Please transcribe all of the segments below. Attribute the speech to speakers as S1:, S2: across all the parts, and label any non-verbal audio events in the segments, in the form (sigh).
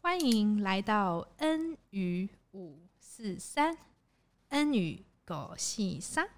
S1: 欢迎来到 N 语五四三，N 语狗戏三。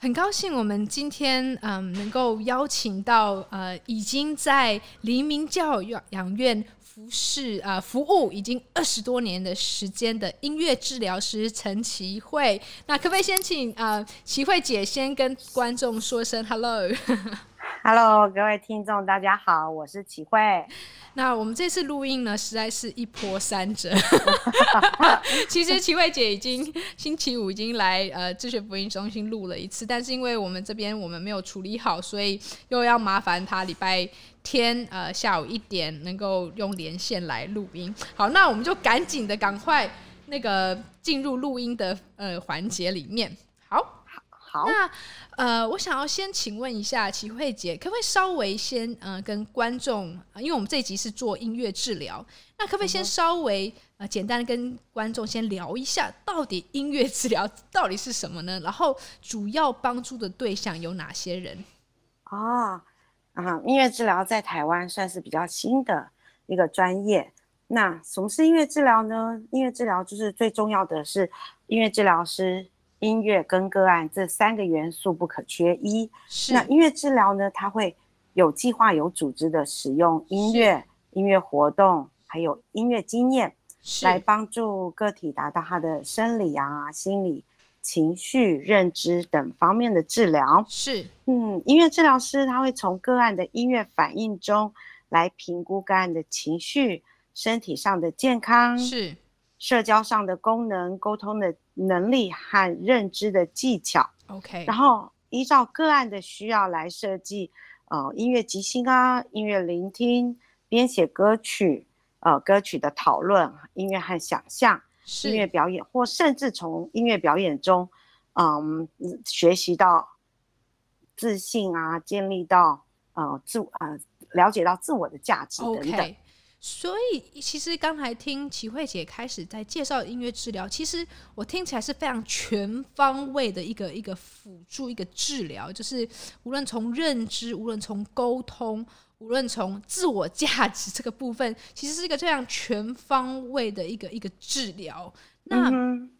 S1: 很高兴我们今天嗯能够邀请到呃已经在黎明教养养院服侍啊、呃服务已经二十多年的时间的音乐治疗师陈琪慧。那可不可以先请呃琪慧姐先跟观众说声 hello？
S2: Hello，各位听众，大家好，我是启慧。
S1: 那我们这次录音呢，实在是一波三折。其实齐慧姐已经星期五已经来呃自学福音中心录了一次，但是因为我们这边我们没有处理好，所以又要麻烦她礼拜天呃下午一点能够用连线来录音。好，那我们就赶紧的赶快那个进入录音的呃环节里面。好。
S2: 好，
S1: 那呃，我想要先请问一下齐慧姐，可不可以稍微先呃跟观众、呃因为我们这一集是做音乐治疗，那可不可以
S2: 嗯
S1: 先稍微呃简单地跟观众先聊一下，到底音乐治疗到底是什么呢？然后主要帮助的对象有哪些人？
S2: 哦，啊，音乐治疗在台湾算是比较新的一个专业。那什么是音乐治疗呢？音乐治疗就是最重要的是，音乐治疗师、音乐跟个案这三个元素不可缺一。
S1: 是
S2: 那音乐治疗呢，它会有计划、有组织的使用音乐、音乐活动，还有音乐经验，
S1: 是
S2: 来帮助个体达到他的生理啊、心理、情绪、认知等方面的治疗。
S1: 是
S2: 嗯，音乐治疗师他会从个案的音乐反应中来评估个案的情绪、身体上的健康、
S1: 是
S2: 社交上的功能、沟通的能力和认知的技巧，
S1: OK，
S2: 然后依照个案的需要来设计，呃，音乐即兴啊，音乐聆听，编写歌曲，呃，歌曲的讨论，音乐和想象。音乐
S1: 是
S2: 表演，或甚至从音乐表演中，嗯，学习到自信啊，建立到呃自我呃了解到自我的价值等等。
S1: OK。所以，其实刚才听齐慧姐开始在介绍音乐治疗，其实我听起来是非常全方位的一个一个辅助，一个治疗，就是无论从认知，无论从沟通，无论从自我价值这个部分，其实是一个非常全方位的一个一个治疗。那、
S2: 嗯哼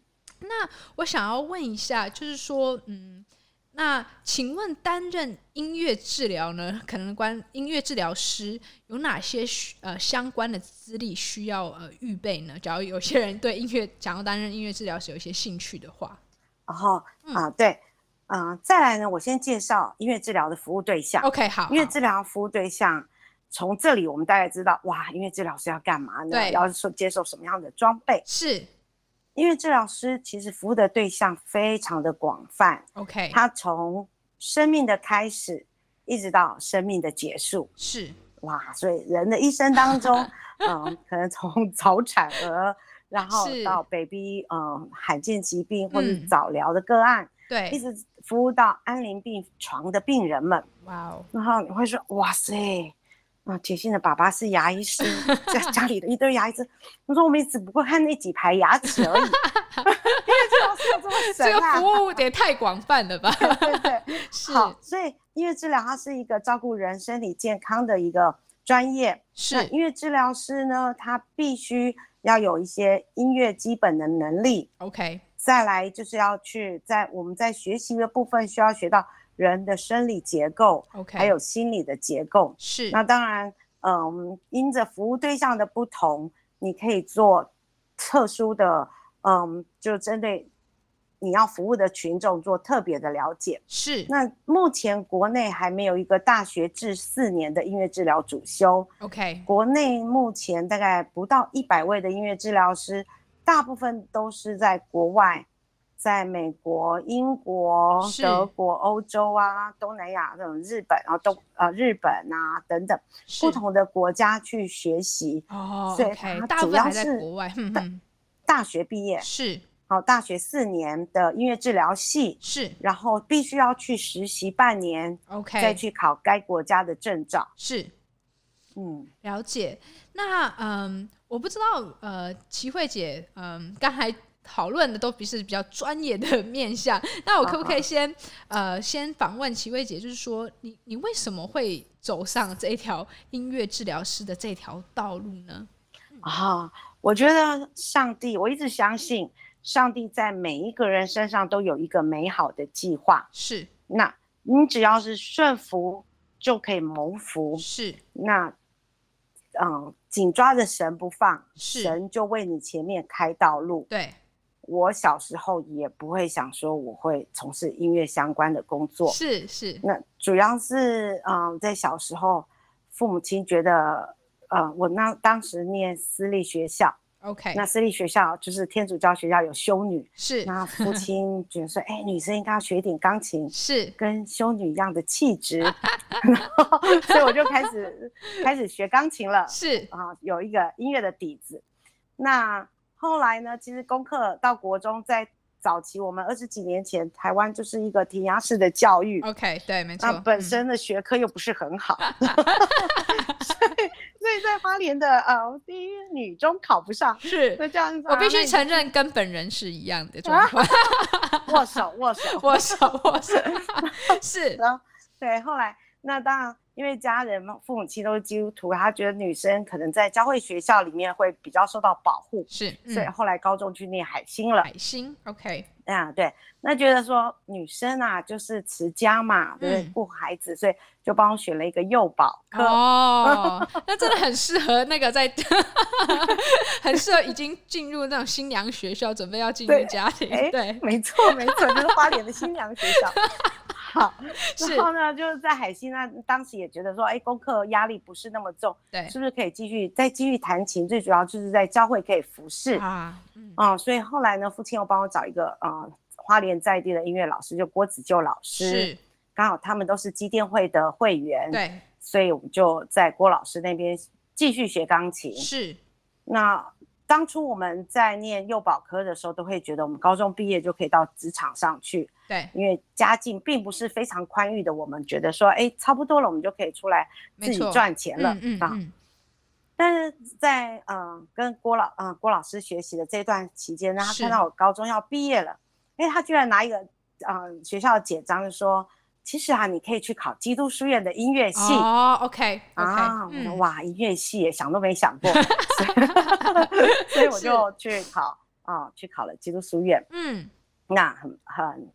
S1: 那我想要问一下，就是说，嗯，那请问担任音乐治疗呢，可能关音乐治疗师有哪些需呃相关的资历需要呃预备呢？假如有些人对音乐想要担任音乐治疗师有一些兴趣的话
S2: 然后啊、对，嗯、再来呢，我先介绍音乐治疗的服务对象。
S1: ，OK，好，
S2: 音乐
S1: 哦好
S2: 治疗服务对象，从这里我们大概知道，哇，音乐治疗师要干嘛呢？
S1: 对
S2: 要受接受什么样的装备？
S1: 是
S2: 音乐治疗师其实服务的对象非常的广泛，
S1: OK，
S2: 它从生命的开始一直到生命的结束，
S1: 是
S2: 哇！所以人的一生
S1: (laughs)
S2: 当中，嗯，可能从早产儿，然后
S1: 是
S2: 到 baby，嗯，罕见疾病或者
S1: 嗯
S2: 早疗的个案，一
S1: 对，
S2: 直服务到安宁病床的病人们。
S1: 哇哦，
S2: 然后你会说，哇塞，啊，铁心的爸爸是牙医师，
S1: (laughs)
S2: 在家里的一堆牙医师。我说我们只不过看那几排牙齿
S1: (laughs)
S2: 而已，因 (laughs) 为这老师有这么神
S1: 这个
S2: 啊！
S1: 服务也太广泛了吧？
S2: (laughs) 对对对，
S1: 是
S2: (laughs) 好，所以音乐治疗它是一个照顾人身体健康的一个专业。那
S1: 是
S2: 音乐治疗师呢，他必须要有一些音乐基本的能力，
S1: OK，
S2: 再来就是要去在我们在学习的部分需要学到人的生理结构
S1: OK
S2: 还有心理的结构。
S1: 是
S2: 那当然，嗯，因着服务对象的不同，你可以做特殊的，嗯，就针对你要服务的群众做特别的了解。
S1: 是
S2: 那目前国内还没有一个大学制四年的音乐治疗主修，
S1: OK，
S2: 国内目前大概不到一百位的音乐治疗师，大部分都是在国外，在美国、英国、
S1: 是
S2: 德国、欧洲啊、东南亚这种日本啊、东呃日本啊等等
S1: 是
S2: 不同的国家去学习。
S1: 哦
S2: 所以
S1: ，OK，
S2: 它
S1: 大部
S2: 主
S1: 分
S2: 要
S1: 还在
S2: 是
S1: 国外，哼
S2: 大
S1: 哼，
S2: 大学毕业，
S1: 是
S2: 好，大学四年的音乐治疗系，
S1: 是
S2: 然后必须要去实习半年，
S1: OK，
S2: 再去考该国家的证照。
S1: 是
S2: 嗯，
S1: 了解。那嗯，我不知道呃，齐慧姐，嗯，刚才讨论的都不是比较专业的面向，那我可不可以先呃先访问齐慧姐，就是说你你为什么会走上这一条音乐治疗师的这条道路呢？
S2: 啊，我觉得上帝，我一直相信上帝在每一个人身上都有一个美好的计划。
S1: 是
S2: 那你只要是顺服，就可以蒙福。
S1: 是
S2: 那，嗯，紧抓着神不放，
S1: 是，
S2: 神就为你前面开道路。
S1: 对，
S2: 我小时候也不会想说我会从事音乐相关的工作，
S1: 是是
S2: 那主要是嗯、在小时候，父母亲觉得，呃，我那当时念私立学校，
S1: ，OK，
S2: 那私立学校就是天主教学校有修女，
S1: 是
S2: 那父亲觉得说，哎，女生应该要学一点钢琴，
S1: 是
S2: 跟修女一样的气质， (laughs) 然后所以我就开始开始学钢琴了。
S1: 是
S2: 啊，有一个音乐的底子。那后来呢，其实功课到国中，在早期我们二十几年前，台湾就是一个填鸭式的教育，
S1: ，OK，对，哦没
S2: 那
S1: 错，
S2: 本
S1: 嗯
S2: 身的学科又不是
S1: (laughs)
S2: 很好，所以所以在花莲的呃第一女中考不上，
S1: 是
S2: 那这样子啊、
S1: 我必须
S2: 那
S1: 承认，跟本人是一样的状
S2: (laughs)
S1: 况。 (laughs)
S2: 你握 (laughs) 手握手，
S1: 握手，握
S2: (laughs)
S1: 手，是
S2: 然后对，后来那当然。因为家人嘛，父母亲都是基督徒，他觉得女生可能在教会学校里面会比较受到保护，
S1: 是，
S2: 所以
S1: 嗯，
S2: 后来高中去念海星了。
S1: 海星，OK，
S2: 啊，对，那觉得说女生啊，就是持家嘛，对不对
S1: 嗯
S2: 顾孩子，所以就帮我选了一个幼保科。
S1: 哦，那真的很适合那个在， (laughs) 很适合已经进入那种新娘学校，准备要进入
S2: 对
S1: 家庭，
S2: 哎、
S1: 对，
S2: (laughs) 没错，没错，就是花莲的新娘学
S1: (laughs)
S2: 校。好，
S1: 是
S2: 然后呢，就是在海西那当时也觉得说，哎，功课压力不是那么重，
S1: 对
S2: 是不是可以继续再继续弹琴？最主要就是在教会可以服侍啊、
S1: 啊，嗯，
S2: 所以后来呢，父亲又帮我找一个啊、呃花莲在地的音乐老师，就郭子旧老师，
S1: 是，
S2: 刚好他们都是机电会的会员，
S1: 对，
S2: 所以我们就在郭老师那边继续学钢琴。
S1: 是，
S2: 那当初我们在念幼保科的时候，都会觉得我们高中毕业就可以到职场上去，
S1: 对，
S2: 因为家境并不是非常宽裕的，我们觉得说，哎，差不多了，我们就可以出来自
S1: 没
S2: 己
S1: 错，
S2: 赚钱了
S1: 嗯嗯
S2: 啊。
S1: 嗯，
S2: 但是在嗯、呃跟郭老嗯、郭老师学习的这段期间呢，他
S1: 是
S2: 看到我高中要毕业了，哎，他居然拿一个嗯学校的简章就说，其实啊，你可以去考基督书院的音乐系。
S1: 哦，OK，OK，
S2: 啊，我说
S1: 嗯，
S2: 哇，音乐系也想都没想
S1: (laughs)
S2: 过，所以所以我
S1: 是
S2: 就去考啊，去考了基督书院。
S1: 嗯，
S2: 那很很，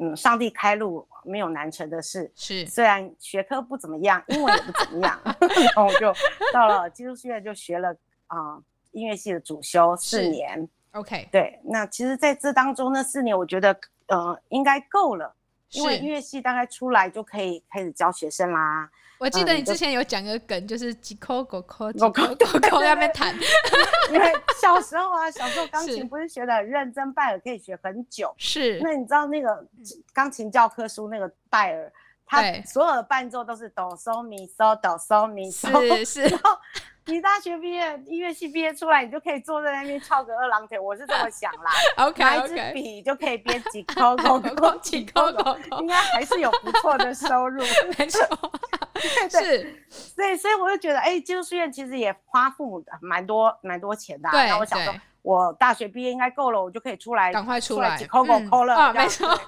S2: 嗯，上帝开路没有难成的事。
S1: 是，
S2: 虽然学科不怎么样，英文也不怎么样， (laughs) 然后我就到了基督书院就学了啊、音乐系的主修四
S1: 是
S2: 年。
S1: OK，
S2: 对，那其实在这当中那四年，我觉得呃应该够了，因为
S1: 是。
S2: 音乐系大概出来就可以开始教学生啦。
S1: 我记得
S2: 嗯
S1: 你
S2: 就
S1: 之前有讲个梗，就是几口狗口几口
S2: 狗
S1: 狗
S2: 口
S1: 口在那边弹，(laughs)
S2: 因为小时候啊，小时候钢
S1: 是
S2: 琴不是学的很认真，拜耳可以学很久。
S1: 是嗯
S2: 那你知道那个钢琴教科书那个拜耳，它
S1: 对
S2: 所有的伴奏都是哆嗦咪嗦哆嗦咪嗦。
S1: 是是，
S2: 你大学毕业，音乐系毕业出来，你就可以坐在那边翘个二郎腿，我是这么想啦。
S1: OK
S2: 拿一支
S1: OK，哦
S2: 笔就可以编几扣扣扣几扣扣，应该还是有不错的收入。
S1: 没错，
S2: (laughs) 对
S1: 是
S2: 所以，所以我就觉得，哎，技术书院其实也花父母蛮多蛮多钱的、啊。
S1: 对
S2: 那我想说
S1: 对，
S2: 我大学毕业应该够了，我就可以出来
S1: 赶快
S2: 出
S1: 来，
S2: 几抠抠
S1: 嗯
S2: 抠了。
S1: 啊，
S2: 这样
S1: 没错，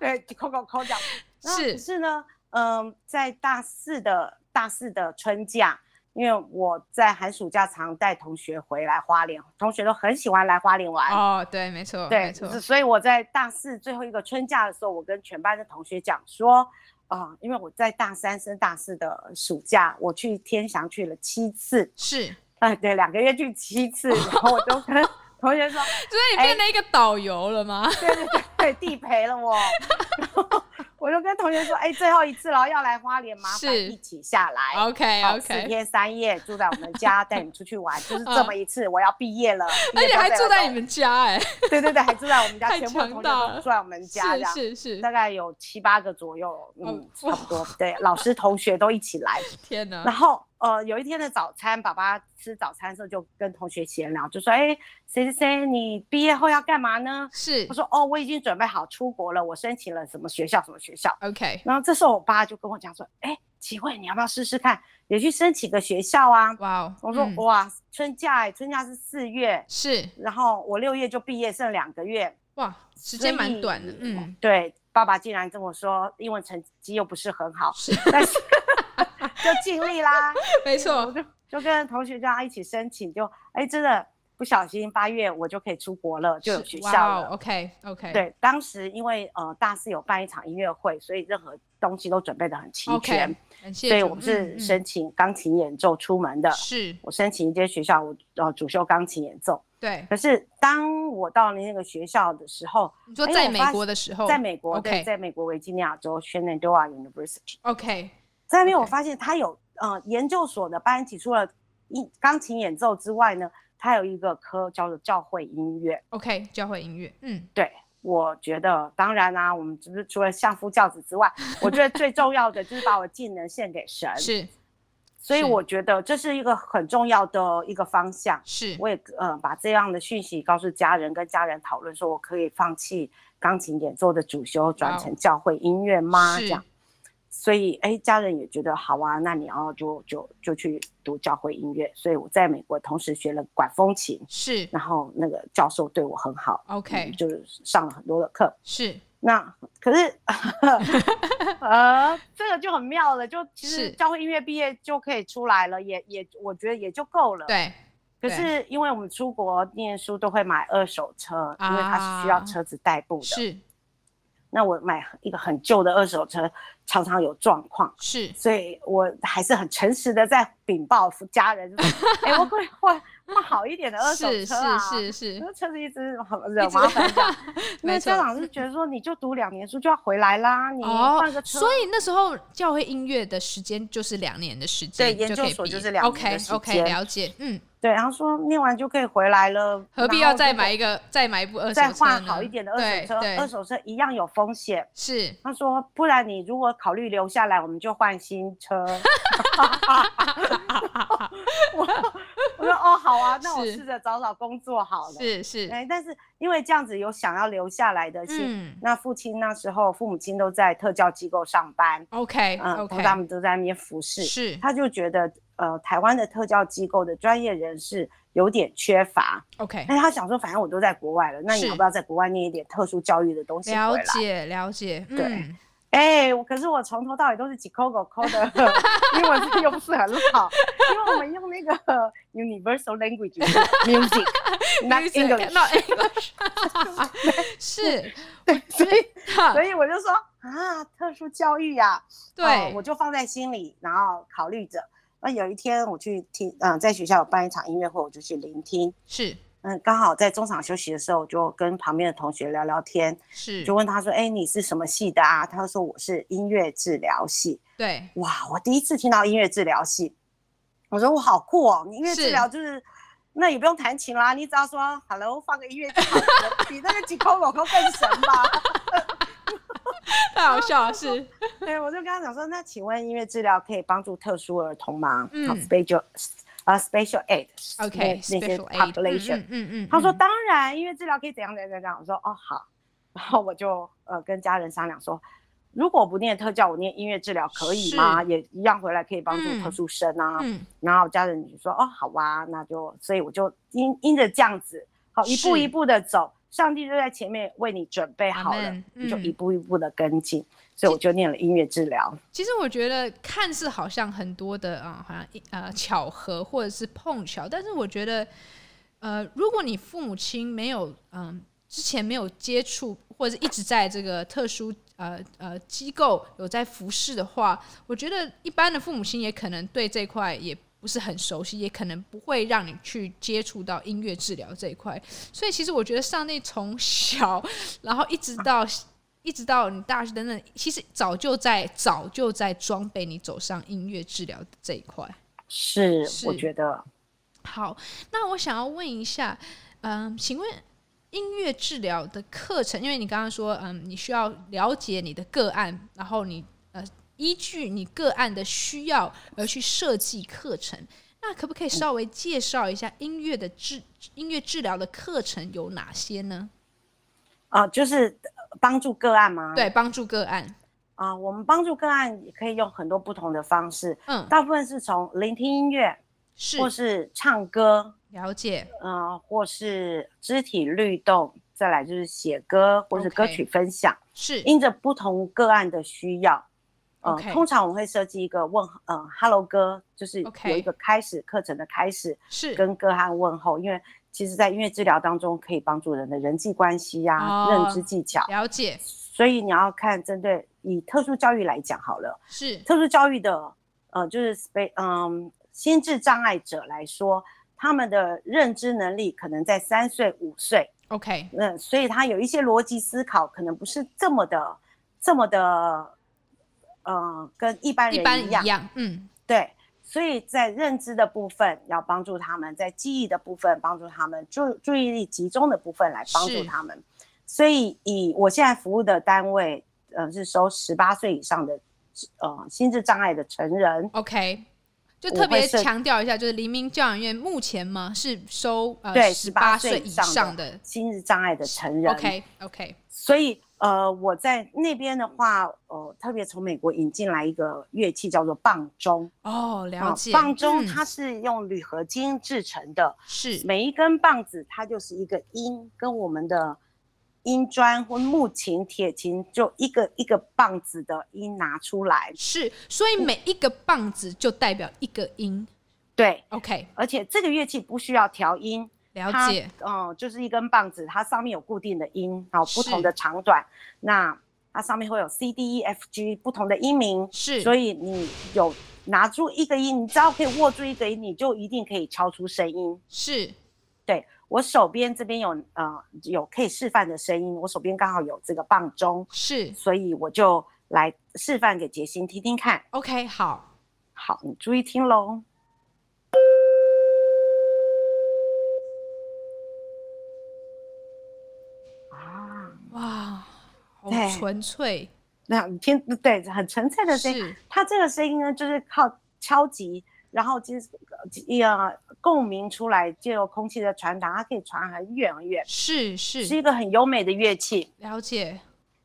S2: 对，对，几抠抠抠这样。那
S1: 是
S2: 可是呢，嗯、在大四的大四的春假，因为我在寒暑假常带同学回来花莲，同学都很喜欢来花莲玩。
S1: 哦，对，没错，
S2: 对，
S1: 没错，
S2: 是所以我在大四最后一个春假的时候，我跟全班的同学讲说，啊、因为我在大三升大四的暑假，我去天祥去了七次， (laughs)
S1: 是， (laughs)
S2: 啊、对，两个月去七次，然后我就跟 (laughs) 同学说，
S1: 所以你
S2: 哎
S1: 变成一个导游了吗？
S2: 对对对对，地陪
S1: (laughs)
S2: 了我，然后我就跟同学说，哎，最后一次了，要来花莲，麻烦
S1: 是
S2: 一起下来。
S1: OK
S2: 哎好四
S1: OK，
S2: 天三夜住在我们家，带你们出去玩，就是这么一次。我要毕业了，
S1: (laughs)
S2: 你
S1: 而
S2: 也
S1: 且
S2: 不要
S1: 还
S2: 再
S1: 住
S2: 来
S1: 在
S2: 找
S1: 你们家哎，
S2: 我，对对对，还住在我们家，
S1: 太
S2: 全部的
S1: 强
S2: 同学
S1: 大了
S2: 都住在我们家，这样。
S1: 是是是，
S2: 大概有七八个左右，嗯，
S1: 哦
S2: 差不多。对，老师同学都一起来，
S1: 天
S2: 然
S1: 哪，
S2: 后呃，有一天的早餐，爸爸吃早餐的时候就跟同学闲聊，就说：“哎，谁谁谁，你毕业后要干嘛呢？”
S1: 是
S2: 我说：“哦，我已经准备好出国了，我申请了什么学校，什么学校。
S1: OK，”
S2: 然后这时候我爸就跟我讲说：“哎，奇慧，你要不要试试看，也去申请个学校啊
S1: 哇哦？”，
S2: 我说：“
S1: 嗯
S2: 哇，春假哎，春假是四月，
S1: 是
S2: 然后我六月就毕业，剩两个月，
S1: 哇，时
S2: 时
S1: 间蛮短的，嗯， (laughs)
S2: 对，爸爸竟然跟我说，英文成绩又不是很好，
S1: 是
S2: 但是 (laughs) 就尽力啦，
S1: 没错，
S2: 就跟同学这样一起申请，就哎，真的不小心八月我就可以出国了，就有学校了。
S1: OK 哦 OK，
S2: 对，当时因为呃大四有办一场音乐会，所以任何东西都准备的很齐全
S1: ，OK，感谢主，
S2: 所以我们
S1: 嗯
S2: 是
S1: 嗯
S2: 申请钢琴演奏出门的。
S1: 是，
S2: 我申请一间学校，我呃主修钢琴演奏。
S1: 对，
S2: 可是当我到了那个学校的时候，
S1: 你说
S2: 哎
S1: 在
S2: 我
S1: 美
S2: 发
S1: 国的时候，
S2: 在美国
S1: 哦 OK
S2: 对，在美国维吉尼亚州 Shenandoah University，
S1: OK，
S2: 在那边
S1: OK
S2: 我发现他有呃研究所的班级，除了一钢琴演奏之外呢，他有一个科叫做教会音乐。
S1: OK，教会音乐，嗯，
S2: 对我觉得，当然啦、我们就是除了相夫教子之外，我觉得最重要的就是把我技能献给神，
S1: 是
S2: 所以
S1: 是
S2: 我觉得这是一个很重要的一个方向。
S1: 是
S2: 我也呃把这样的讯息告诉家人，跟家人讨论说，我可以放弃钢琴演奏的主修，转成教会音乐吗？
S1: 哦
S2: 这
S1: 是
S2: 样，所以哎，家人也觉得好啊，那你要就就就去读教会音乐。所以我在美国同时学了管风琴，
S1: 是
S2: 然后那个教授对我很好
S1: OK
S2: 嗯就是上了很多的课。
S1: 是
S2: 那可
S1: (laughs)
S2: 是，呃，这个就很妙了，就其
S1: 是
S2: 实教会音乐毕业就可以出来了，也也我觉得也就够了。
S1: 对
S2: 可是因为我们出国念书都会买二手车，因为它是需要车子代步的。
S1: 啊是
S2: 那我买一个很旧的二手车，常常有状况，
S1: 是
S2: 所以我还是很诚实的在禀报家人，
S1: (laughs)
S2: 就说哎、我可以换换好一点的二手
S1: 是
S2: 车啊。
S1: 是是
S2: 那
S1: 是，
S2: 车子一直很
S1: 一
S2: 惹
S1: 直
S2: 麻烦这样，
S1: (laughs) 没
S2: 那
S1: 错
S2: 家。长就觉得说你就读两年书就要回来啦，你
S1: 哦
S2: 换个，车
S1: 所以那时候教会音乐的时间就是两年的时间，
S2: 对研究所就是两年的时
S1: OK OK，
S2: 间
S1: 了解，嗯，
S2: 对，然后说念完就可以回来了，
S1: 何必要再
S2: 然后
S1: 买一个再买一部二手
S2: 如
S1: 车
S2: 果再
S1: 呢？
S2: 换好一点的二手车？
S1: 对
S2: 二
S1: 对，
S2: 手车一样有风险。
S1: 是
S2: 他说，不然你如果考虑留下来，我们就换新
S1: (laughs)
S2: 车。我我说哦，
S1: (laughs)
S2: 好啊，那我
S1: 是
S2: 试着找找工作好了。
S1: 是是，
S2: 哎，但是因为这样子有想要留下来的心，
S1: 嗯
S2: 那父亲那时候父母亲都在特教机构上班，
S1: ，OK
S2: 嗯，同
S1: OK，
S2: 他们都在那边服侍，
S1: 是
S2: 他就觉得呃，台湾的特教机构的专业人士有点缺乏。
S1: OK，
S2: 那他想说，反正我都在国外了，那你
S1: 是
S2: 要不要在国外念一点特殊教育的东西回
S1: 了
S2: 来？
S1: 解了解，
S2: 对
S1: 嗯，
S2: 哎、我可是我从头到尾都是几抠狗抠的，因为我又不是很好， (laughs) 因为我们用那个 universal language 就是
S1: (laughs)
S2: music，not
S1: 一直 (laughs) 看
S2: English，
S1: 到 English，是， (laughs)
S2: 所以
S1: 哈
S2: 所以我就说啊，特殊教育呀、哦
S1: 对
S2: 我，就放在心里，然后考虑着。那有一天我去听，嗯、在学校有办一场音乐会，我就去聆听。
S1: 是
S2: 嗯，刚好在中场休息的时候，我就跟旁边的同学聊聊天，
S1: 是
S2: 就，问他说：“哎、你是什么系的啊？”他说：“我是音乐治疗系。
S1: 对” (laughs)
S2: 哇，我第一次听到音乐治疗系，我说我好酷哦！你音乐
S1: 是
S2: 治疗就是，那也不用弹琴啦，你只要说 “hello” 放个音乐就好了，比那个几口口口更神吧。
S1: 太好笑了，是
S2: 对，我就跟他讲说，那请问音乐治疗可以帮助特殊儿童吗？
S1: 嗯
S2: 嗯，special 啊，special aid 那
S1: OK
S2: 那些
S1: special aid，
S2: population。
S1: 嗯嗯嗯，
S2: 他说
S1: 嗯
S2: 当然，音乐治疗可以怎样怎样怎样。我说哦好，然后我就呃跟家人商量说，如果我不念特教，我念音乐治疗可以吗？
S1: 是
S2: 也一样回来可以帮助
S1: 嗯
S2: 特殊生啊。
S1: 嗯
S2: 然后家人就说哦好啊，那就所以我就因因着这样子，好一步
S1: 是
S2: 一步的走，上帝就在前面为你准备好了
S1: Amen，，
S2: 你就
S1: 嗯
S2: 一步一步的跟进。所以我就念了音乐治疗。
S1: 其实我觉得看似好像很多的啊、好像一呃巧合或者是碰巧，但是我觉得，呃，如果你父母亲没有嗯、之前没有接触或者一直在这个特殊呃呃机构有在服侍的话，我觉得一般的父母亲也可能对这块也。不是很熟悉，也可能不会让你去接触到音乐治疗这一块，所以其实我觉得上帝从小，然后一直到一直到你大学等等，其实早就在早就在装备你走上音乐治疗的这一块。
S2: 是，我
S1: 是
S2: 觉得
S1: 好，那我想要问一下，嗯，请问音乐治疗的课程，因为你刚刚说，嗯，你需要了解你的个案，然后你呃依据你个案的需要而去设计课程。那可不可以稍微介绍一下音乐的治音乐治疗的课程有哪些呢？
S2: 啊，就是帮助个案吗？
S1: 对，帮助个案。
S2: 啊、我们帮助个案也可以用很多不同的方式，
S1: 嗯，
S2: 大部分是从聆听音乐，
S1: 是
S2: 或是唱歌，
S1: 了解，
S2: 嗯，或是肢体律动，再来就是写歌或是歌
S1: OK
S2: 曲分享
S1: 是
S2: 因着不同个案的需要。呃
S1: OK
S2: 通常我们会设计一个问，呃，Hello 歌，就是有
S1: OK
S2: 一个开始课程的开始
S1: 是
S2: 跟个案问候，因为其实，在音乐治疗当中可以帮助人的人际关系呀、
S1: 哦
S2: 认知技巧，
S1: 了解，
S2: 所以你要看针对以特殊教育来讲好了，
S1: 是
S2: 特殊教育的呃，就是 spe 嗯心智障碍者来说，他们的认知能力可能在三岁五岁，
S1: OK，
S2: 那、所以他有一些逻辑思考可能不是这么的这么的呃跟一般
S1: 一
S2: 人
S1: 般
S2: 一
S1: 一
S2: 样，
S1: 样，嗯，
S2: 对。所以在认知的部分要帮助他们，在记忆的部分帮助他们，注注意力集中的部分来帮助
S1: 是
S2: 他们。所以以我现在服务的单位，呃，是收十八岁以上的呃心智障碍的成人，
S1: OK，就
S2: 我
S1: 特
S2: 会
S1: 别
S2: 设
S1: 强调一下，就是黎明教养院目前嘛是收呃
S2: 对
S1: 十
S2: 18岁
S1: 岁
S2: 以
S1: 以
S2: 上的
S1: 上的
S2: 心智障碍的成人。
S1: OK OK
S2: 所以呃，我在那边的话，呃，特别从美国引进来一个乐器叫做棒钟。呃
S1: 哦，了解。
S2: 棒钟
S1: 嗯
S2: 它是用铝合金制成的，
S1: 是
S2: 每一根棒子它就是一个音，跟我们的音砖或木琴、铁琴就一个一个棒子的音拿出来。
S1: 是，所以每一个棒子就代表一个音。
S2: 对，
S1: OK，
S2: 而且这个乐器不需要调音，
S1: 了
S2: 它
S1: 解。
S2: 嗯、呃就是一根棒子，它上面有固定的音，好，不
S1: 是
S2: 同的长短。那它上面会有 C D E F G 不同的音名，
S1: 是
S2: 所以你有拿出一个音，你只要可以握住一个音，你就一定可以敲出声音。
S1: 是
S2: 对我手边这边有呃有可以示范的声音，我手边刚好有这个棒钟，
S1: 是
S2: 所以我就来示范给杰心听听看。
S1: OK，好，
S2: 好，你注意听喽。啊，
S1: 哇，好
S2: 对
S1: 纯粹，
S2: 那你听，对，很纯粹的声音。
S1: 是
S2: 它这个声音呢，就是靠敲击，然后其实呃共鸣出来，借由空气的传达，它可以传很远很远，
S1: 是
S2: 是
S1: 是，
S2: 一个很优美的乐器。
S1: 了解，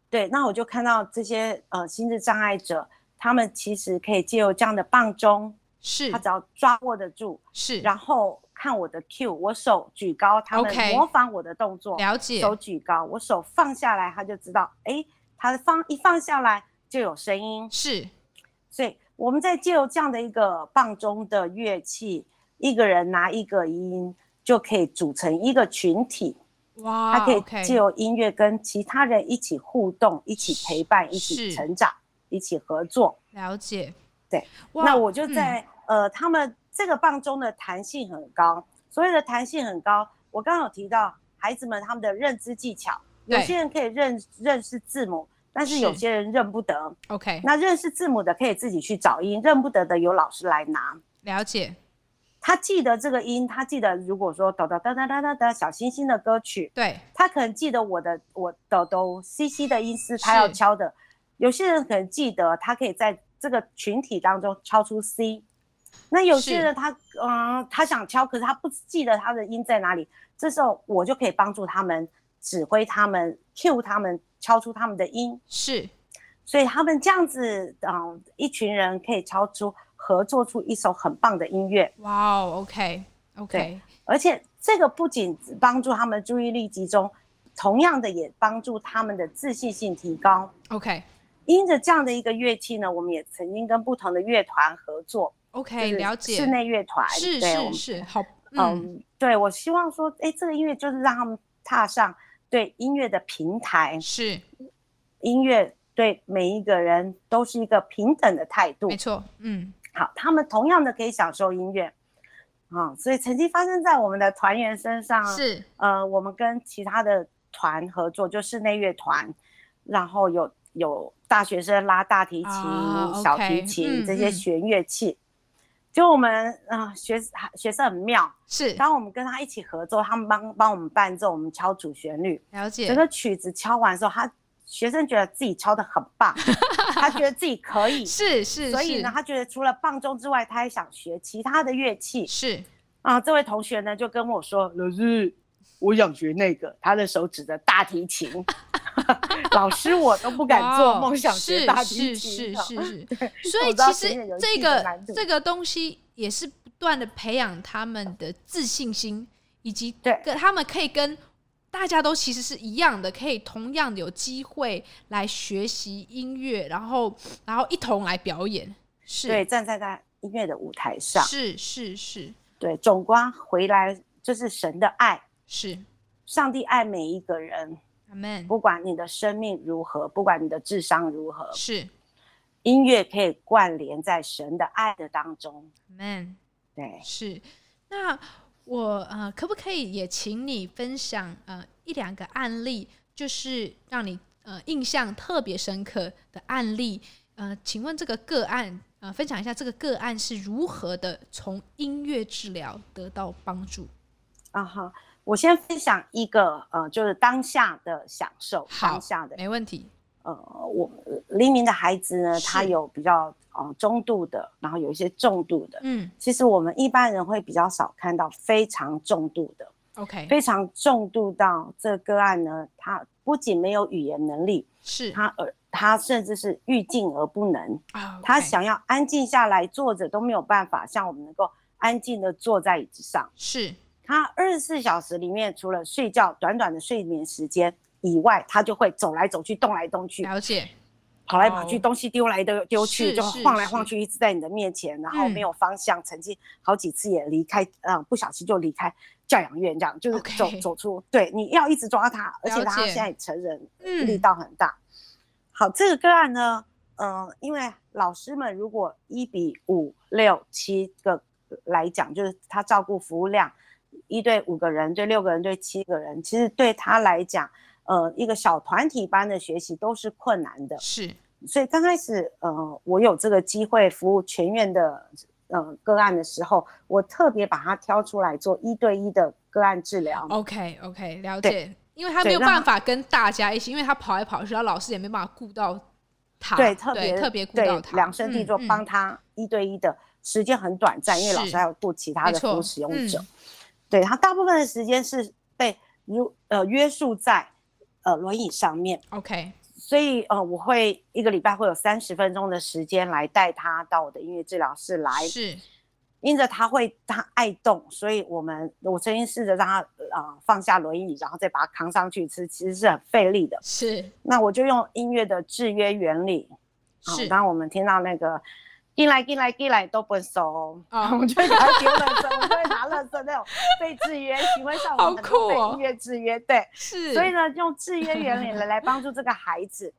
S2: 对，那我就看到这些呃心智障碍者，他们其实可以借由这样的棒钟，
S1: 是
S2: 他只要抓握得住，
S1: 是，
S2: 然后看我的 Q，我手举高，他们
S1: OK
S2: 模仿我的动作
S1: 了解，
S2: 手举高，我手放下来，他就知道，哎，他放一放下来就有声音，
S1: 是
S2: 所以我们在借由这样的一个棒中的乐器，一个人拿一个音。就可以组成一个群体，
S1: 哇，
S2: 他可以
S1: 啊 OK
S2: 借由音乐跟其他人一起互动、一起陪伴、一起
S1: 是
S2: 成长、一起合作。
S1: 了解，
S2: 对
S1: 哇，
S2: 那我就
S1: 嗯
S2: 在、呃，他们这个棒中的弹性很高。所谓的弹性很高，我刚刚有提到孩子们他们的认知技巧，有
S1: 对
S2: 些人可以认认识字母，但是有
S1: 是
S2: 些人认不得。
S1: OK
S2: 那认识字母的可以自己去找音，认不得的由老师来拿。
S1: 了解，
S2: 他记得这个音，他记得如果说抖抖哒哒哒哒哒小星星的歌曲，
S1: 对
S2: 他可能记得我的我抖抖西西的音是他要
S1: 是
S2: 敲的。有些人可能记得，他可以在这个群体当中敲出 C。那有些
S1: 是
S2: 人他嗯、呃他想敲，可是他不记得他的音在哪里。这时候我就可以帮助他们指挥他们 cue 他们敲出他们的音，
S1: 是
S2: 所以他们这样子嗯、呃一群人可以敲出合作出一首很棒的音乐。
S1: 哇哦，OK OK
S2: 而且这个不仅帮助他们注意力集中，同样的也帮助他们的自信性提高。
S1: OK
S2: 因着这样的一个乐器呢，我们也曾经跟不同的乐团合作，就
S1: OK，
S2: 是
S1: 了解，
S2: 室内乐团，
S1: 是
S2: 对我们
S1: 是是，好，嗯，
S2: 嗯，对我希望说，哎，这个音乐就是让他们踏上对音乐的平台，
S1: 嗯是
S2: 音乐对每一个人都是一个平等的态度
S1: 没。错，嗯，
S2: 好，他们同样的可以享受音乐，啊、所以曾经发生在我们的团员身上啊，
S1: 是
S2: 呃，我们跟其他的团合作，就室内乐团，然后有有大学生拉大提琴、
S1: 啊
S2: 小
S1: OK，
S2: 提琴、
S1: 嗯
S2: 这些
S1: 嗯
S2: 弦乐器。就我们啊、呃学学生很妙，
S1: 是
S2: 当我们跟他一起合作，他们帮帮我们伴奏，我们敲主旋律，
S1: 了解
S2: 整，个曲子敲完之后，他学生觉得自己敲的很棒，他觉得自己可
S1: (laughs)
S2: 以，
S1: 是是，
S2: 所以呢，他觉得除了棒钟之外，他也想学其他的乐器。
S1: 是
S2: 啊，这位同学呢就跟我说，老师，我想学那个，他的手指着大提琴。 (laughs) 老师，我都不敢做梦想学大提
S1: 哦是
S2: 琴
S1: 是
S2: 的。
S1: 是
S2: (laughs)
S1: 是，
S2: 对
S1: 所以
S2: 我知道
S1: 其实
S2: 前面有一
S1: 这
S2: 定的
S1: 个
S2: 难度
S1: 这个东西也是不断的培养他们的自信心，以及
S2: 对
S1: 跟他们可以跟大家都其实是一样的，可以同样的有机会来学习音乐，然后然后一同来表演，是
S2: 对，啊站在他音乐的舞台上，
S1: 是是是
S2: 对，总观回来就是神的爱，
S1: 是
S2: 上帝爱每一个人，
S1: 阿门，
S2: 不管你的生命如何，不管你的智商如何，
S1: 是
S2: 音乐可以关联在神的爱的当中。
S1: 阿门。
S2: 对，
S1: 是，那我呃，可不可以也请你分享呃一两个案例，就是让你呃印象特别深刻的案例？呃，请问这个个案呃，分享一下这个个案是如何的从音乐治疗得到帮助？
S2: 啊哈，我先分享一个呃，就是当下的享受，
S1: 好
S2: 当下的
S1: 没问题，
S2: 呃，我黎明的孩子呢，
S1: 是
S2: 他有比较呃中度的，然后有一些重度的。
S1: 嗯
S2: 其实我们一般人会比较少看到非常重度的，
S1: ，OK，
S2: 非常重度到这个案呢，他不仅没有语言能力，
S1: 是
S2: 他而他甚至是欲静而不能，
S1: 啊，
S2: 他
S1: OK，
S2: 想要安静下来坐着都没有办法，像我们能够安静的坐在椅子上。
S1: 是
S2: 他二十四小时里面，除了睡觉短短的睡眠时间以外，他就会走来走去、动来动去、
S1: 了解，
S2: 跑来跑去，
S1: 哦
S2: 东西丢来丢丢
S1: 是
S2: 去，就是晃来
S1: 是
S2: 晃去，一直在你的面前，然后
S1: 嗯
S2: 没有方向。曾经好几次也离开，呃，不小心就离开教养院，这样就是
S1: OK
S2: 走走出。对，你要一直抓他，而且
S1: 了
S2: 他
S1: 解
S2: 现在也成人，
S1: 嗯
S2: 力道很大。好，这个个案呢，嗯，因为老师们如果一比五六七个来讲，就是他照顾服务量一对五个人，对六个人，对七个人，其实对他来讲，呃，一个小团体班的学习都是困难的。
S1: 是
S2: 所以刚开始，呃，我有这个机会服务全院的呃个案的时候，我特别把它挑出来做一对一的个案治疗。
S1: OK OK，了
S2: 对
S1: 解，因为他
S2: 对
S1: 没有
S2: 让他
S1: 办法跟大家一起，因为他跑来跑去，然后老师也没办法顾到他，
S2: 对，
S1: 对，
S2: 特别
S1: 特别顾到
S2: 对
S1: 他，
S2: 量身定做
S1: 嗯，
S2: 帮
S1: 嗯
S2: 他一对一的时间很短暂，因为老
S1: 是
S2: 师还有顾其他
S1: 没
S2: 的
S1: 错
S2: 服务使用者
S1: 嗯。
S2: 对他大部分的时间是被如呃约束在呃轮椅上面，
S1: OK，
S2: 所以呃我会一个礼拜会有三十分钟的时间来带他到我的音乐治疗室来
S1: 是
S2: 因着他会他爱动，所以我们我曾经试着让他呃放下轮椅，然后再把他扛上去吃，其实是很费力的。
S1: 是
S2: 那我就用音乐的制约原理，啊
S1: 是，
S2: 当我们听到那个进来进来进来都不熟，
S1: 啊，
S2: (laughs) 我就会拿丢垃圾，我就会拿垃圾那种被制约，行为上我们
S1: 好酷
S2: 都被
S1: 哦
S2: 音乐制约，对。
S1: 是，
S2: 所以呢，用制约原理来来帮助这个孩子。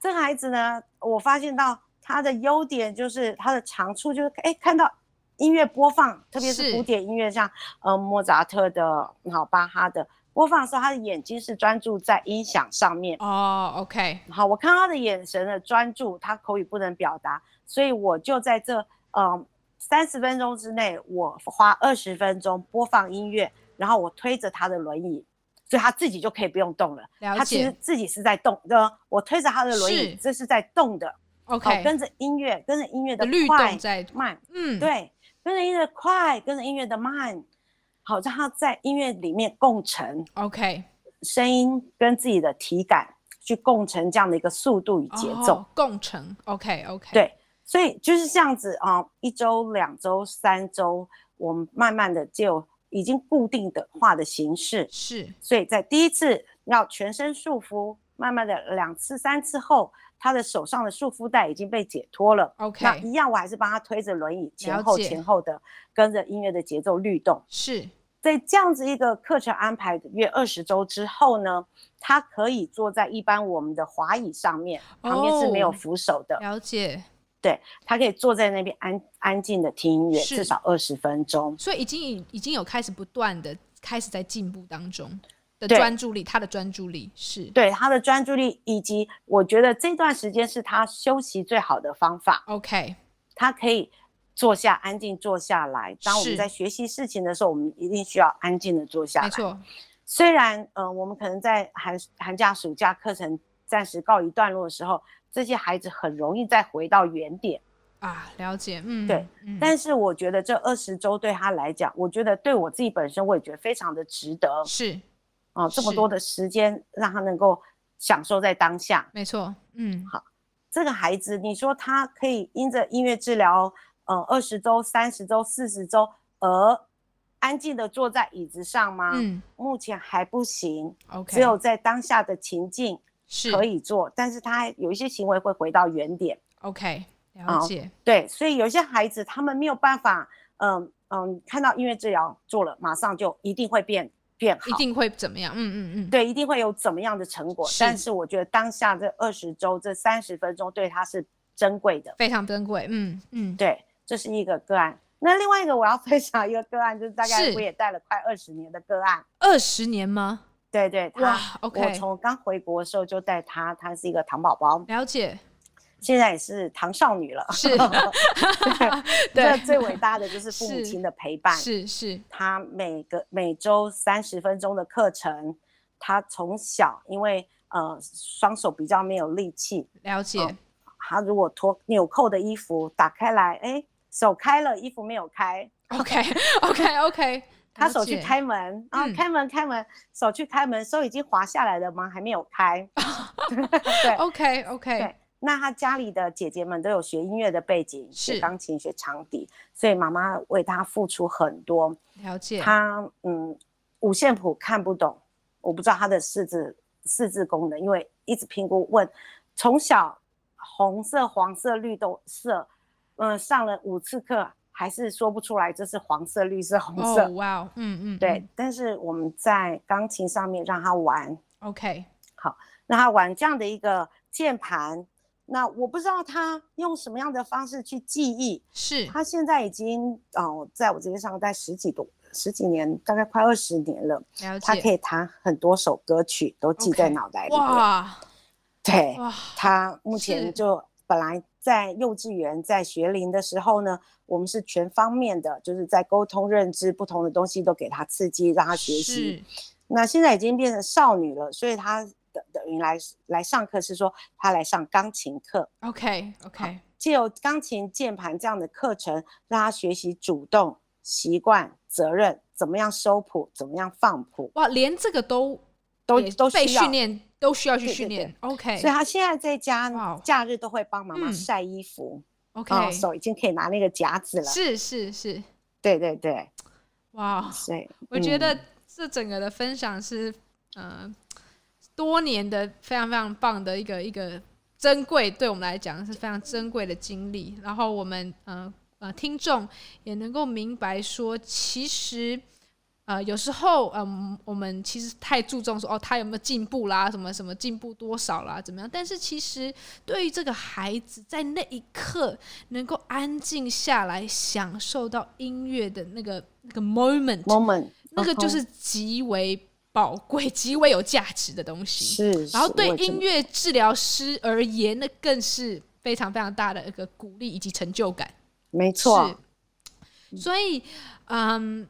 S2: 这个孩子呢，我发现到他的优点就是他的长处就是，哎，看到音乐播放，特别是
S1: 是
S2: 古典音乐，像呃莫扎特的、好巴哈的播放的时候，他的眼睛是专注在音响上面。
S1: 哦，OK，
S2: 好，我看他的眼神的专注，他口语不能表达，所以我就在这嗯三十分钟之内，我花二十分钟播放音乐，然后我推着他的轮椅，所以他自己就可以不用动了。
S1: 了
S2: 他其
S1: 解
S2: 实自己是在动的，我推着他的轮椅
S1: 是，
S2: 这是在动的。好，
S1: OK，
S2: 哦跟着音乐，跟着音乐的
S1: 律
S2: 快
S1: 动在，
S2: 慢，
S1: 嗯，
S2: 对，跟着音乐的快，跟着音乐的慢，好让他在音乐里面共乘。
S1: ，OK，
S2: 声音跟自己的体感去共成这样的一个速度与节奏。
S1: 哦共乘，OK OK，
S2: 对所以就是这样子啊、一周、两周、三周，我们慢慢的就已经固定的化的形式。
S1: 是
S2: 所以在第一次要全身束缚，慢慢的两次、三次后，他的手上的束缚带已经被解脱了。
S1: OK，
S2: 那一样，我还是帮他推着轮椅前后
S1: 了解
S2: 前后的跟着音乐的节奏律动。
S1: 是
S2: 在这样子一个课程安排约二十周之后呢，他可以坐在一般我们的滑椅上面，旁边是没有
S1: 哦
S2: 扶手的，
S1: 了解，
S2: 对他可以坐在那边安安静的听音乐，
S1: 是
S2: 至少二十分钟。
S1: 所以已经已已经有开始不断的开始在进步当中的
S2: 对
S1: 专注力，他的专注力是
S2: 对他的专注力，以及我觉得这段时间是他休息最好的方法，
S1: OK，
S2: 他可以坐下，安静坐下来。当我
S1: 是
S2: 们在学习事情的时候，我们一定需要安静的坐下来。
S1: 没错，
S2: 虽然呃，我们可能在寒暑寒假、暑假课程暂时告一段落的时候，这些孩子很容易再回到原点。
S1: 啊，了解，嗯，
S2: 对
S1: 嗯，
S2: 但是我觉得这二十周对他来讲，我觉得对我自己本身，我也觉得非常的值得
S1: 是
S2: 啊、这么
S1: 是
S2: 多的时间让他能够享受在当下。
S1: 没错，嗯，
S2: 这个孩子，你说他可以因着音乐治疗，呃，二十周、三十周、四十周而安静的坐在椅子上吗？
S1: 嗯
S2: 目前还不行，
S1: ，OK，
S2: 啊
S1: 嗯
S2: 只有在当下的情境
S1: 是
S2: 可以做，但是他有一些行为会回到原点。
S1: OK，了
S2: 好
S1: 解，
S2: 对，所以有些孩子他们没有办法，嗯嗯，看到音乐治疗做了，马上就一定会变变
S1: 一
S2: 好，
S1: 定会怎么样？嗯嗯嗯，
S2: 对，一定会有怎么样的成果。但
S1: 是
S2: 是我觉得当下这二十周、这三十分钟对他是珍贵的，
S1: 非常珍贵，嗯嗯，
S2: 对，这是一个个案。那另外一个我要分享一个个案，就是大概
S1: 是
S2: 我也带了快二十年的个案，
S1: 二十年吗？
S2: 对对，他
S1: 哇
S2: 我
S1: ，OK，
S2: 从刚回国的时候就带他，他是一个糖宝宝，
S1: 了解，
S2: 现在也是糖少女了。 (laughs)
S1: 是
S2: 这
S1: 对，
S2: 最伟大的就是父母
S1: 是
S2: 亲的陪伴，
S1: 是是，
S2: 他每个每周三十分钟的课程，他从小因为呃双手比较没有力气，
S1: 了解，
S2: 哦他如果脱纽扣的衣服打开来，哎，手开了，衣服没有开，
S1: OK (laughs) OK OK，
S2: 他手去开门啊，
S1: 嗯
S2: 开门开门，手去开门，手已经滑下来了吗？还没有开。对
S1: OK OK，
S2: 对，那他家里的姐姐们都有学音乐的背景，
S1: 是
S2: 学钢琴、学长笛，所以妈妈为他付出很多。
S1: 了解，
S2: 他嗯，五线谱看不懂，我不知道他的四字四字功能，因为一直评估问，从小红色、黄色、绿都色，嗯、上了五次课还是说不出来这是黄色、绿色、红色。
S1: 哦哇哦，嗯嗯，
S2: 对，但是我们在钢琴上面让他玩，
S1: ，OK，
S2: 让他玩这样的一个键盘。那我不知道他用什么样的方式去记忆，
S1: 是
S2: 他现在已经哦、呃在我这边上待十几多十几年，大概快二十年了。
S1: 了
S2: 他可
S1: 解，
S2: 以弹很多首歌曲，都记在
S1: OK
S2: 脑袋里面。
S1: 哇
S2: 对，
S1: 哇，
S2: 他目
S1: 是
S2: 前就本来在幼稚园、在学龄的时候呢，我们是全方面的，就是在沟通、认知不同的东西都给他刺激，让他学习。
S1: 是
S2: 那现在已经变成少女了，所以他等等于来来上课是说他来上钢琴课，
S1: OK OK，
S2: 借由钢琴键盘这样的课程，让他学习主动、习惯、责任，怎么样收谱，怎么样放谱，
S1: 哇，连这个都
S2: 都
S1: 也
S2: 都需
S1: 被
S2: 要
S1: 训练，都需要去
S2: 对对
S1: 训
S2: 对
S1: 练，OK
S2: 所以他现在在
S1: 哇哦
S2: 家假日都会帮妈妈
S1: 嗯
S2: 晒衣服，啊，
S1: OK，
S2: 手已经可以拿那个夹子了。
S1: 是是是，
S2: 对对对，
S1: 哇，哦
S2: 所以
S1: 我觉
S2: 嗯
S1: 得这整个的分享是，呃，多年的非常非常棒的一个一个珍贵，对我们来讲是非常珍贵的经历。然后我们呃呃听众也能够明白说，其实。呃，有时候，嗯，我们其实太注重说，哦，他有没有进步啦，什么什么进步多少啦，怎么样？但是其实对于这个孩子，在那一刻能够安静下来，享受到音乐的那个那个 moment，
S2: moment
S1: 那个就
S2: 嗯哼
S1: 是极为宝贵、极为有价值的东西。
S2: 是，
S1: 然后
S2: 是
S1: 对
S2: 我也这
S1: 音
S2: 么
S1: 乐治疗师而言，那更是非常非常大的一个鼓励以及成就感。
S2: 没错，
S1: 是，所以，嗯，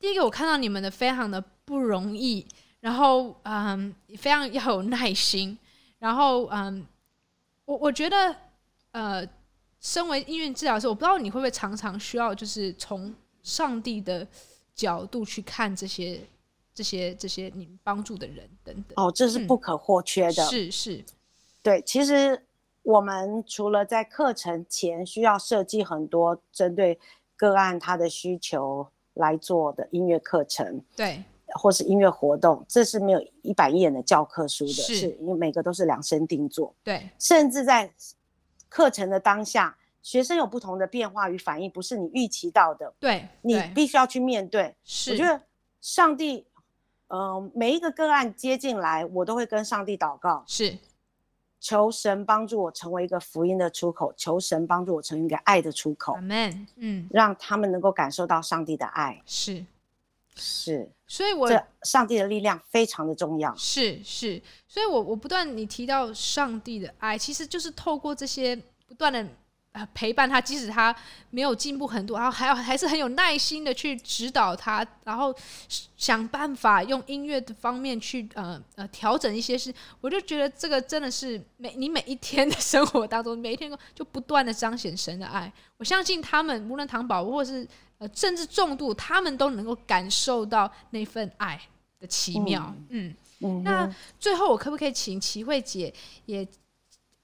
S1: 第一个我看到你们的非常的不容易，然后，嗯，也非常要有耐心，然后，嗯，我我觉得，呃，身为音乐治疗师，我不知道你会不会常常需要就是从上帝的角度去看这些、这些、这些你帮助的人等等。
S2: 哦，这是
S1: 嗯
S2: 不可或缺的。
S1: 是是，
S2: 对，其实我们除了在课程前需要设计很多针对个案他的需求来做的音乐课程，
S1: 对，
S2: 或是音乐活动，这是没有一板一眼的教科书的，
S1: 是
S2: 是因为每个都是量身定做。
S1: 对，
S2: 甚至在课程的当下，学生有不同的变化与反应，不是你预期到的，
S1: 对，
S2: 你
S1: 对
S2: 必须要去面对。
S1: 是，
S2: 我觉得上帝，呃，每一个个案接进来，我都会跟上帝祷告，
S1: 是
S2: 求神帮助我成为一个福音的出口，求神帮助我成为一个爱的出口
S1: 阿，门，嗯，
S2: 让他们能够感受到上帝的爱。
S1: 是。
S2: 是，
S1: 所以我
S2: 这上帝的力量非常的重要。
S1: 是是，所以我我不断你提到上帝的爱，其实就是透过这些不断的呃陪伴他，即使他没有进步很多，然后还要还是很有耐心的去指导他，然后想办法用音乐的方面去呃呃调整一些事。我就觉得这个真的是每你每一天的生活当中，每一天就不断的彰显神的爱。我相信他们无论糖宝或是呃甚至重度，他们都能够感受到那份爱的奇妙。嗯，
S2: 嗯哼
S1: 那最后我可不可以请齐慧姐也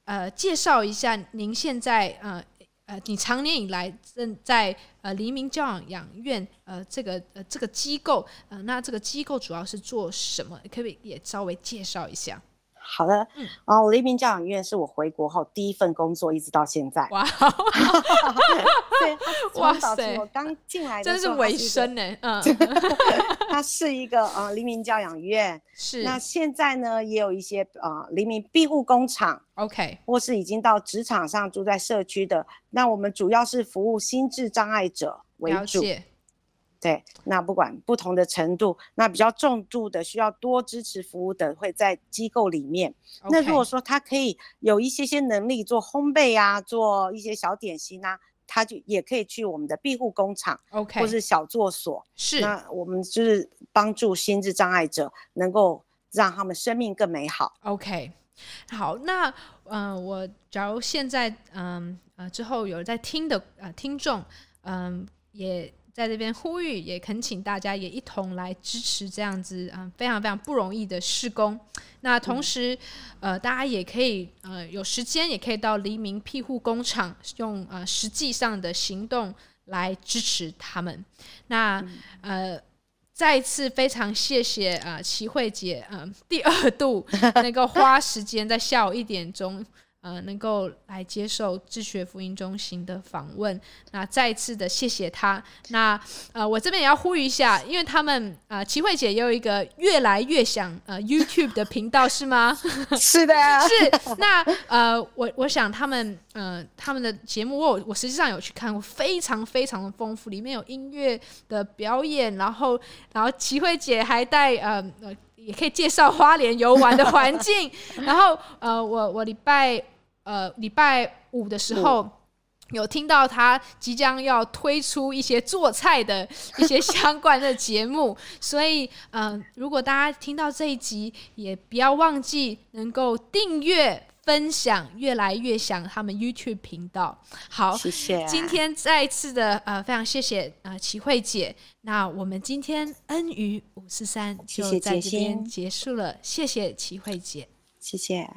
S1: 呃介绍一下您现在呃呃你常年以来正在呃黎明教养院呃这个呃这个机构呃那这个机构主要是做什么？可不可以也稍微介绍一下？
S2: 好的，
S1: 嗯
S2: 然后黎明教养院是我回国后第一份工作，一直到现在。
S1: 哇， (laughs)
S2: 对，它
S1: 哇
S2: 从早期
S1: 塞
S2: 我刚进来的
S1: 真
S2: 时
S1: 是
S2: 候，
S1: 尾声呢，嗯，
S2: (laughs) 它是一个，它是一个呃黎明教养院。
S1: 是
S2: 那现在呢，也有一些呃黎明庇护工厂，
S1: OK，
S2: 或是已经到职场上住在社区的。那我们主要是服务心智障碍者为
S1: 了
S2: 主。
S1: 解，
S2: 对，那不管不同的程度，那比较重度的需要多支持服务的会在机构里面。那如果
S1: OK
S2: 说他可以有一些些能力做烘焙啊，做一些小点心啊，他就也可以去我们的庇护工厂
S1: OK
S2: 或是小作所。
S1: 是
S2: 那我们就是帮助心智障碍者能够让他们生命更美好。
S1: OK，好，那嗯、呃我假如现在嗯呃之后有在听的呃听众，嗯、也在这边呼吁，也恳请大家也一同来支持这样子嗯、呃非常非常不容易的施工。那同时，呃，大家也可以呃有时间也可以到黎明庇护工厂用呃实际上的行动来支持他们。那、呃。再一次非常谢谢呃齐慧姐，嗯、第二度能够花时间在下午一点钟，呃，能够来接受智学福音中心的访问。那再一次的谢谢她。那呃，我这边也要呼吁一下，因为他们啊，齐、慧姐也有一个越来越想呃 YouTube 的频道 (laughs) 是吗？
S2: 是的，
S1: 是，那呃，我我想他们呃他们的节目，我有我实际上有去看过，非常非常的丰富，里面有音乐的表演，然后然后齐慧姐还带呃呃也可以介绍花莲游玩的环境， (laughs) 然后呃我我礼拜呃礼拜五的时候。
S2: 嗯
S1: 有听到她即将要推出一些做菜的一些相关的节目， (laughs) 所以，嗯、如果大家听到这一集，也不要忘记能够订阅、分享，越来越想他们 YouTube 频道。好，
S2: 谢谢。啊
S1: 今天再一次的呃，非常谢谢呃齐慧姐。那我们今天恩语五四三
S2: 谢
S1: 就
S2: 谢
S1: 在这
S2: 杰
S1: 边
S2: 心啊
S1: 结束了，谢谢齐慧姐。
S2: 谢谢。